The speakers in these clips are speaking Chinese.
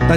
大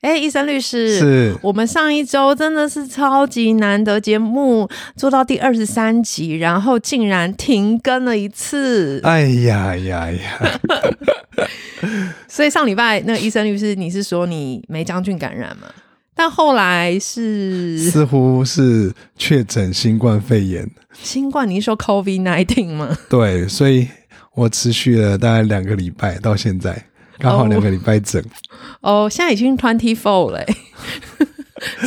哎，医生律师，是我们上一周真的是超级难得，节目做到第二十三集，然后竟然停更了一次）。。哎呀呀呀！所以上礼拜那个医生律师，你是说你梅将军感染吗？但后来是似乎是确诊新冠肺炎，新冠，你是说 COVID nineteen 吗？对，所以我持续了大概两个礼拜，到现在刚好哦两个礼拜整。哦，现在已经 twenty four 了欸、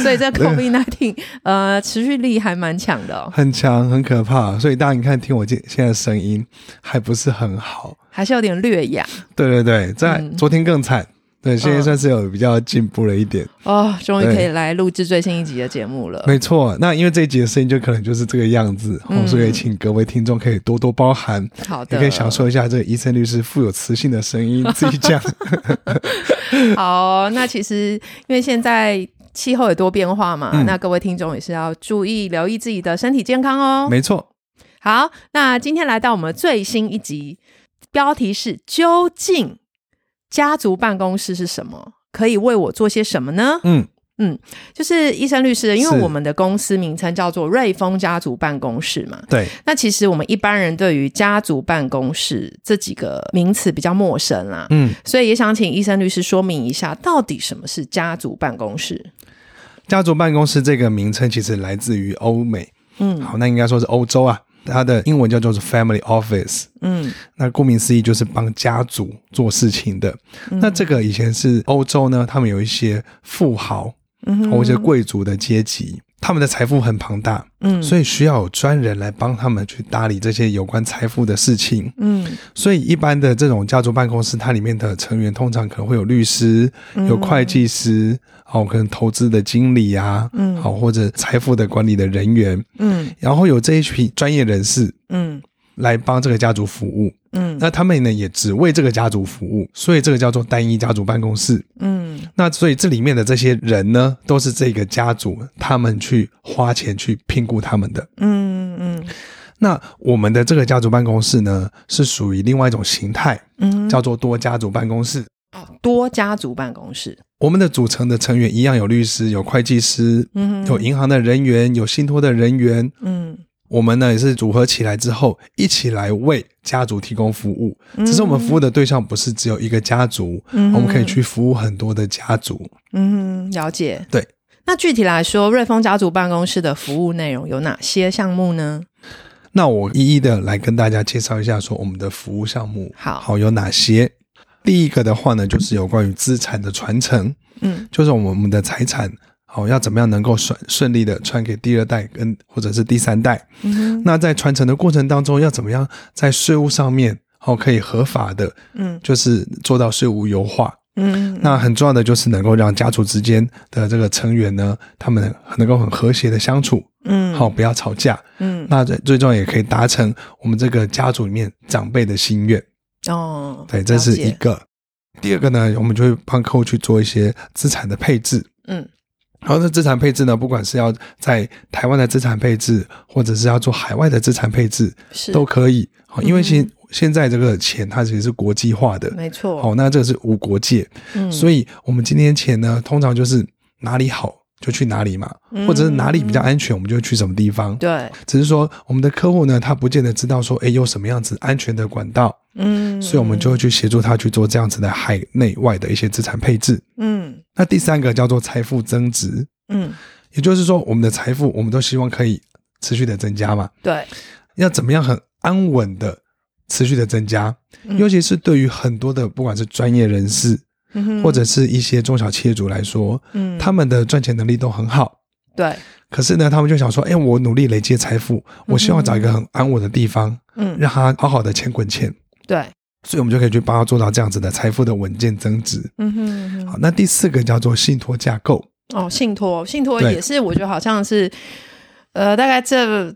所以这 COVID nineteen 呃持续力还蛮强的、哦，很强，很可怕。所以大家你看，听我现现在的声音还不是很好。还是有点略哑对对对，在、嗯昨天更惨。对，现在算是有比较进步了一点。哦。终于可以对来录制最新一集的节目了。没错，那因为这一集的声音就可能就是这个样子，嗯哦所以也请各位听众可以多多包涵，好也的，可以享受一下这个医生律师富有磁性的声音。自己 讲，好，那其实因为现在气候也多变化嘛，嗯那各位听众也是要注意留意自己的身体健康哦。没错，好，那今天来到我们最新一集，标题是“究竟家族办公室是什么？可以为我做些什么呢嗯，？”就是医生律师，因为是我们的公司名称叫做瑞丰家族办公室嘛。对，那其实我们一般人对于家族办公室这几个名词比较陌生啦，嗯，所以也想请医生律师说明一下，到底什么是家族办公室？家族办公室这个名称其实来自于欧美，嗯好，那应该说是欧洲啊，它的英文叫做是 family office。嗯那顾名思义就是帮家族做事情的。嗯那这个以前是欧洲呢，他们有一些富豪嗯或者一些贵族的阶级，他们的财富很庞大，嗯所以需要有专人来帮他们去打理这些有关财富的事情。嗯所以一般的这种家族办公室，它里面的成员通常可能会有律师、嗯有会计师，哦，可能投资的经理啊，嗯好或者财富的管理的人员，嗯然后有这一批专业人士嗯来帮这个家族服务。嗯那他们呢也只为这个家族服务，所以这个叫做单一家族办公室。嗯那所以这里面的这些人呢，都是这个家族他们去花钱去聘雇他们的。嗯嗯那我们的这个家族办公室呢，是属于另外一种形态，嗯，哦叫做多家族办公室。多家族办公室。我们的组成的成员一样有律师、有会计师、嗯有银行的人员、有信托的人员。嗯，我们呢也是组合起来之后，一起来为家族提供服务。只是我们服务的对象不是只有一个家族，嗯我们可以去服务很多的家族。嗯，了解。对，那具体来说，瑞丰家族办公室的服务内容有哪些项目呢？那我一一的来跟大家介绍一下，说我们的服务项目好好有哪些。第一个的话呢，就是有关于资产的传承，嗯就是我们我们的财产好、要怎么样能够顺顺利的传给第二代跟或者是第三代。嗯那在传承的过程当中，要怎么样在税务上面好、可以合法的，嗯就是做到税务优化。嗯那很重要的就是能够让家族之间的这个成员呢，他们能够很和谐的相处，嗯好、不要吵架。嗯那最最重要也可以达成我们这个家族里面长辈的心愿。哦，对，这是了解一个。第二个呢，我们就会帮客户去做一些资产的配置。嗯然后这资产配置呢，不管是要在台湾的资产配置，或者是要做海外的资产配置，是都可以。好，因为其实嗯现在这个钱它其实是国际化的。没错。好，那这个是无国界，嗯，所以我们今天钱呢，通常就是哪里好就去哪里嘛，以或者是哪里比较安全，我们就去什么地方。嗯对，只是说我们的客户呢，他不见得知道说，诶有什么样子安全的管道，嗯，所以我们就会去协助他去做这样子的海内外的一些资产配置。嗯那第三个叫做财富增值，嗯也就是说，我们的财富我们都希望可以持续的增加嘛，对，要怎么样很安稳的持续的增加，嗯尤其是对于很多的不管是专业人士嗯哼或者是一些中小企业主来说，嗯他们的赚钱能力都很好。对可是呢，他们就想说，哎，我努力累积财富，我希望找一个很安稳的地方，嗯让他好好的钱滚钱，对所以我们就可以去帮他做到这样子的财富的稳健增值。嗯哼嗯哼好，那第四个叫做信托架构，哦，信托，信托对也是，我觉得好像是，呃，大概这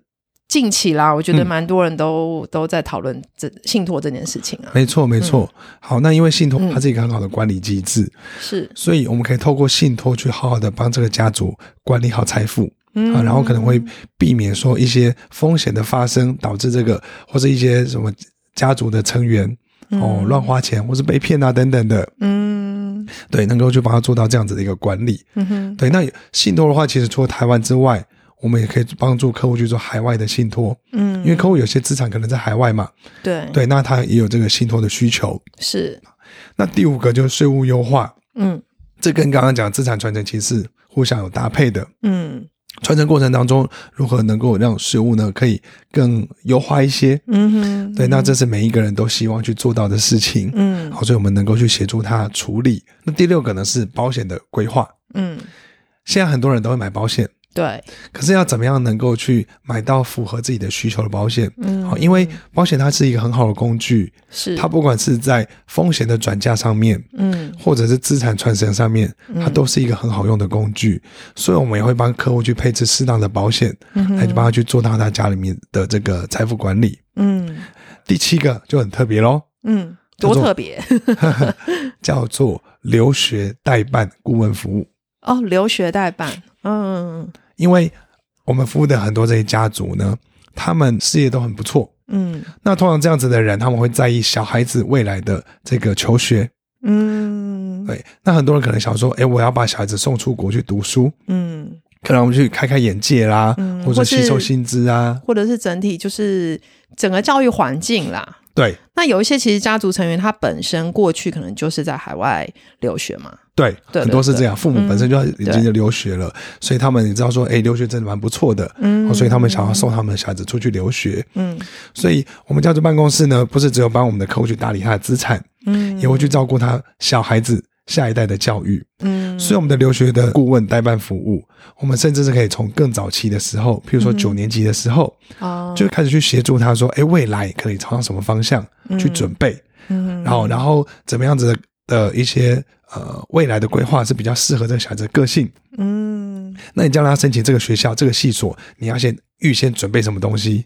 近期啦，我觉嗯得蛮多人都、都在讨论这信托这件事情啊。没错，没错。好，那因为信托嗯它是一个很好的管理机制，是，所以我们可以透过信托去好好的帮这个家族管理好财富。嗯啊，然后可能会避免说一些风险的发生，导致这个或是一些什么家族的成员哦乱花钱或是被骗啊等等的，嗯对，能够去帮他做到这样子的一个管理。嗯哼对，那信托的话，其实除了台湾之外，我们也可以帮助客户去做海外的信托，嗯，因为客户有些资产可能在海外嘛，对对，那他也有这个信托的需求。是，那第五个就是税务优化，嗯这跟刚刚讲的资产传承其实是互相有搭配的。嗯传承过程当中，如何能够让税务呢可以更优化一些？嗯哼，对，那这是每一个人都希望去做到的事情。嗯好，所以我们能够去协助他处理。那第六个呢是保险的规划。嗯现在很多人都会买保险，对，可是要怎么样能够去买到符合自己的需求的保险？嗯好，因为保险它是一个很好的工具，是它不管是在风险的转嫁上面，嗯或者是资产传承上面，它都是一个很好用的工具，所以我们也会帮客户去配置适当的保险，来去帮他去做到他家里面的这个财富管理。嗯第七个就很特别喽，嗯，叫多做特别 叫做留学代办顾问服务，哦，留学代办，嗯因为我们服务的很多这些家族呢，他们事业都很不错。嗯那通常这样子的人，他们会在意小孩子未来的这个求学。嗯对，那很多人可能想说，诶，我要把小孩子送出国去读书，嗯，可能我们去开开眼界啦，嗯或者或是吸收薪资啊。或者是整体就是整个教育环境啦。对那有一些其实家族成员他本身过去可能就是在海外留学嘛，对，对嗯很多是这样，父母本身就已对经留学了，所以他们也知道说，哎诶，留学真的蛮不错的，嗯哦所以他们想要送他们的小孩子出去留学。嗯所以我们家族办公室呢，不是只有帮我们的客户去打理他的资产，嗯也会去照顾他小孩子下一代的教育。嗯所以我们的留学的顾问代办服务，我们甚至是可以从更早期的时候，譬如说九年级的时候，嗯哦就开始去协助他说，哎，未来可以朝向什么方向去准备，嗯然后然后怎么样子的的一些呃未来的规划是比较适合这个小孩子的个性。嗯那你将来要申请这个学校、这个系所，你要先预先准备什么东西？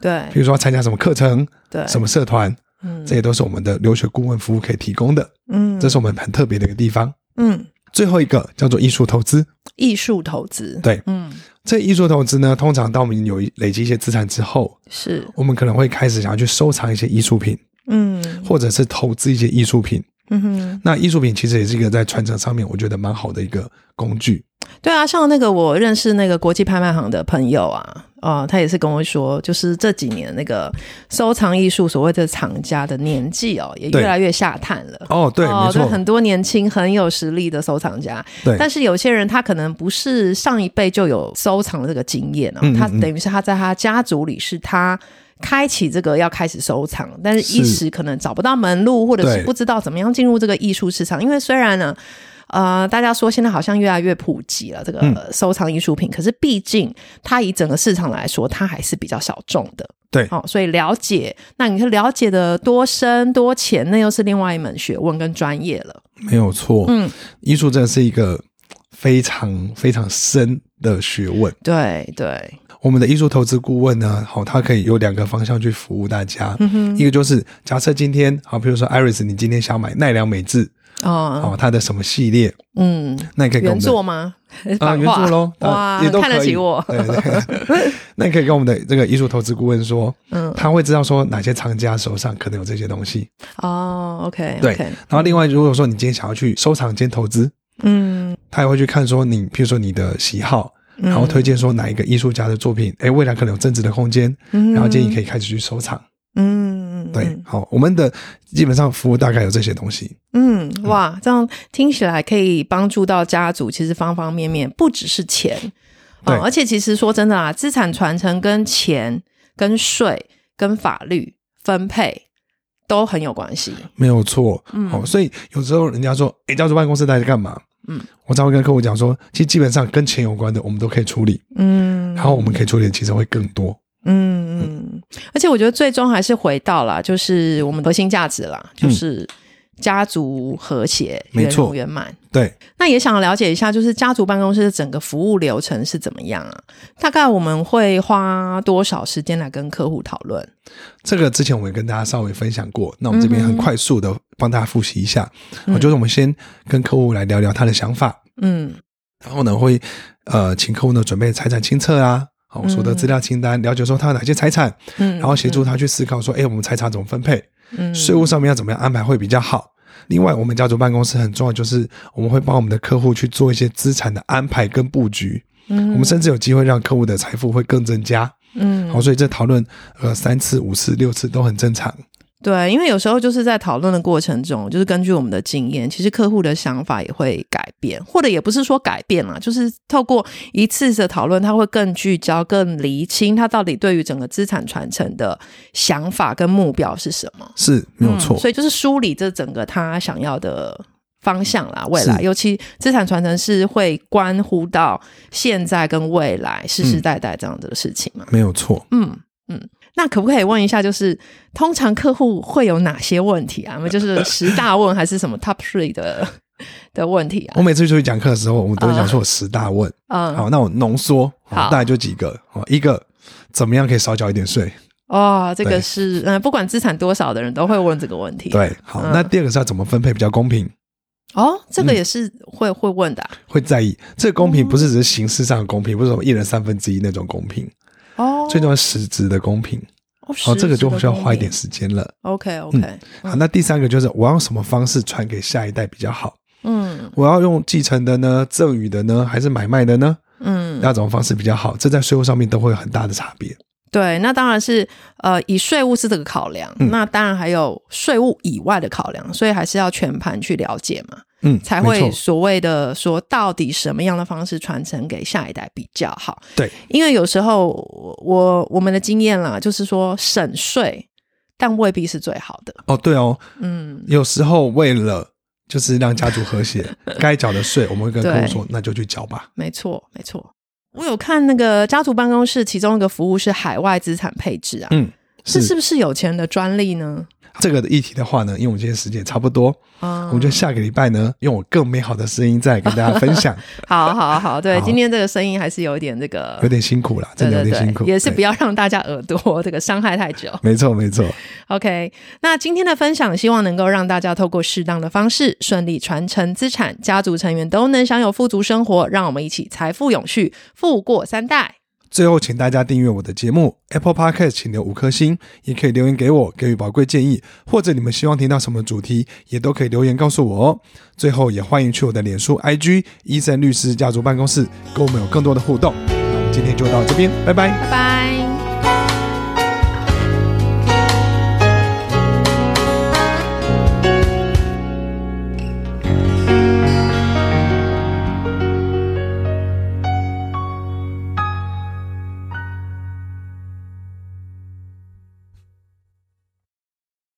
对比如说要参加什么课程、对什么社团，嗯这些都是我们的留学顾问服务可以提供的，嗯这是我们很特别的一个地方。嗯最后一个叫做艺术投资，艺术投资对，嗯这艺术投资呢，通常当我们有一累积一些资产之后，是我们可能会开始想要去收藏一些艺术品，嗯或者是投资一些艺术品。嗯哼。那艺术品其实也是一个在传承上面，我觉得蛮好的一个工具。对啊，像那个我认识那个国际拍卖行的朋友啊，啊、他也是跟我说，就是这几年那个收藏艺术所谓的藏家的年纪哦，也对越来越下探了。哦，对，哦没对错，很多年轻很有实力的收藏家，对但是有些人他可能不是上一辈就有收藏的这个经验哦，嗯嗯他嗯等于是他在他家族里是他。开启这个要开始收藏，但是一是时可能找不到门路，或者是对不知道怎么样进入这个艺术市场。因为虽然呢，呃，大家说现在好像越来越普及了这个嗯呃收藏艺术品，可是毕竟它以整个市场来说，它还是比较小众的。对哦，所以了解，那你看了解的多深多浅，那又是另外一门学问跟专业了。没有错。嗯，艺术真的是一个非常非常深的学问。对对，我们的艺术投资顾问呢，好，他可以有两个方向去服务大家。嗯一个就是假设今天，好，比如说 Iris，你今天想买奈良美智，哦，好，它的什么系列，嗯，那你可以跟我原们的作吗？ 啊，版原画作喽，啊哇，也都看得可以起我对对对 那你可以跟我们的这个艺术投资顾问说，嗯，他会知道说哪些藏家手上可能有这些东西。哦，OK，对 o k 然后另外，如果说你今天想要去收藏兼投资，嗯，他也会去看说你，譬如说你的喜好，嗯然后推荐说哪一个艺术家的作品，哎，未来可能有增值的空间，嗯然后建议可以开始去收藏。嗯，嗯对，好，我们的基本上服务大概有这些东西。嗯，哇，这样听起来可以帮助到家族，其实方方面面，不只是钱，对嗯而且其实说真的啊，资产传承跟钱、跟税、跟法律分配都很有关系。没有错，好、所以有时候人家说，哎，家族办公室大家干嘛？嗯，我常会跟客户讲说，其实基本上跟钱有关的，我们都可以处理，嗯然后我们可以处理的其实会更多。嗯嗯，而且我觉得最终还是回到了，嗯就是我们核心价值啦，就是家族和谐、没圆错融圆满。对，那也想了解一下，就是家族办公室的整个服务流程是怎么样啊？大概我们会花多少时间来跟客户讨论？这个之前我们也跟大家稍微分享过，那我们嗯这边很快速的帮大家复习一下，啊就是我们先跟客户来聊聊他的想法，嗯然后呢会呃请客户呢准备财产清册啊，好所得资料清单，了解说他有哪些财产，嗯，然后协助他去思考说，哎，我们财产怎么分配，嗯税务上面要怎么样安排会比较好。另外，我们家族办公室很重要，就是我们会帮我们的客户去做一些资产的安排跟布局。嗯我们甚至有机会让客户的财富会更增加。嗯好，所以这讨论呃三次、五次、六次都很正常。对，因为有时候就是在讨论的过程中，就是根据我们的经验，其实客户的想法也会改变，或者也不是说改变啦，就是透过一次的讨论，他会更聚焦、更厘清他到底对于整个资产传承的想法跟目标是什么。是没有错，嗯所以就是梳理这整个他想要的方向啦，未来，是尤其资产传承是会关乎到现在跟未来世嗯世代代这样子的事情嘛。没有错。嗯嗯，那可不可以问一下，就是通常客户会有哪些问题啊？我们就是十大问还是什么 top three 的的问题啊我？每次出去讲课的时候，我都会讲说有十大问。嗯，好，那我浓缩，好好大概就几个。好，一个怎么样可以少缴一点税？哦，这个对是嗯、呃不管资产多少的人都会问这个问题。，对，好，嗯那第二个是要怎么分配比较公平？哦，这嗯个也是会、会问的啊、会在意这个公嗯平，不是只是形式上的公平，不是什么一人三分之一那种公平，哦。最重要是实质的公平。哦，好，这个实质就的需要公花一平点。时嗯间了。 OK OK，好，那第三个就是我要用什么方式传给下一代比较好？嗯我要用继承的呢，赠与的呢，还是买卖的呢？嗯，那种方式比较好？这在税务上面都会有很大的差别。对，那当然是呃，以税务是这个考量，嗯那当然还有税务以外的考量，所以还是要全盘去了解嘛，嗯，才没会错所谓的说到底什么样的方式传承给下一代比较好。对，因为有时候我我我们的经验啦，就是说省税，但未必是最好的。哦，对哦，嗯，有时候为了就是让家族和谐， 该缴的税我们会跟客户说，那就去缴吧。没错，没错。我有看那个家族办公室，其中一个服务是海外资产配置啊，嗯，这是是不是有钱人的专利呢？这个的议题的话呢，因为我们今天时间也差不多，啊、我们就下个礼拜呢，用我更美好的声音再跟大家分 享。好好好，对，好今天这个声音还是有一点这个，有点辛苦啦，对真的有对点对，辛苦，也是对不要让大家耳朵这个伤害太久。没错没错， OK，那今天的分享希望能够让大家透过适当的方式顺利传承资产，家族成员都能享有富足生活。让我们一起财富永续，富过三代。最后，请大家订阅我的节目 Apple Podcast，请留五颗星，也可以留言给我，给予宝贵建议，或者你们希望听到什么主题，也都可以留言告诉我哦。最后，也欢迎去我的脸书 IG 医生律师家族办公室，跟我们有更多的互动。那我们今天就到这边，拜拜。拜拜。